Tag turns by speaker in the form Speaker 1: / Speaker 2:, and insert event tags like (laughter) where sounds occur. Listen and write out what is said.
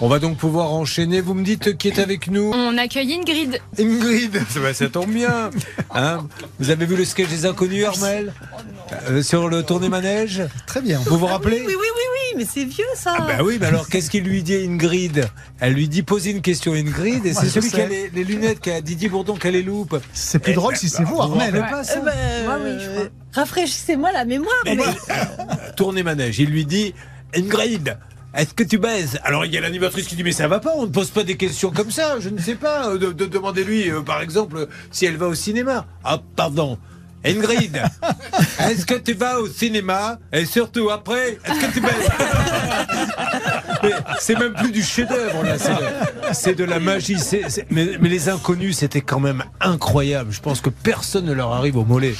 Speaker 1: On va donc pouvoir enchaîner. Vous me dites qui est avec nous
Speaker 2: On accueille Ingrid.
Speaker 3: (laughs)
Speaker 1: Ingrid, ça, ça tombe bien. Hein vous avez vu le sketch des inconnus, Armel Euh, Sur le tournée manège
Speaker 3: Très bien.
Speaker 1: Vous vous rappelez
Speaker 4: Oui, oui, oui, oui, mais c'est vieux ça.
Speaker 1: Ah bah oui, mais alors qu'est-ce qu'il lui dit à Ingrid Elle lui dit posez une question à Ingrid et
Speaker 3: Moi,
Speaker 1: c'est
Speaker 3: je
Speaker 1: celui
Speaker 3: sais.
Speaker 1: qui a les, les lunettes, qui a Didier Bourdon, qui a les loupes.
Speaker 3: C'est plus drôle si c'est vous, Armel.
Speaker 1: pas
Speaker 4: Eh ben, euh, Rafraîchissez-moi la mémoire. Mais,
Speaker 1: Tournez manège, il lui dit Ingrid est-ce que tu baises Alors il y a l'animatrice qui dit mais ça va pas, on ne pose pas des questions comme ça, je ne sais pas. Euh, De, de- Demandez-lui euh, par exemple si elle va au cinéma. Ah pardon. Ingrid, est-ce que tu vas au cinéma Et surtout après, est-ce que tu baises Mais c'est même plus du chef-d'œuvre là, c'est de- c'est de, la magie. c'est- c'est- mais, mais les inconnus, c'était quand même incroyable. Je pense que personne ne leur arrive au mollet.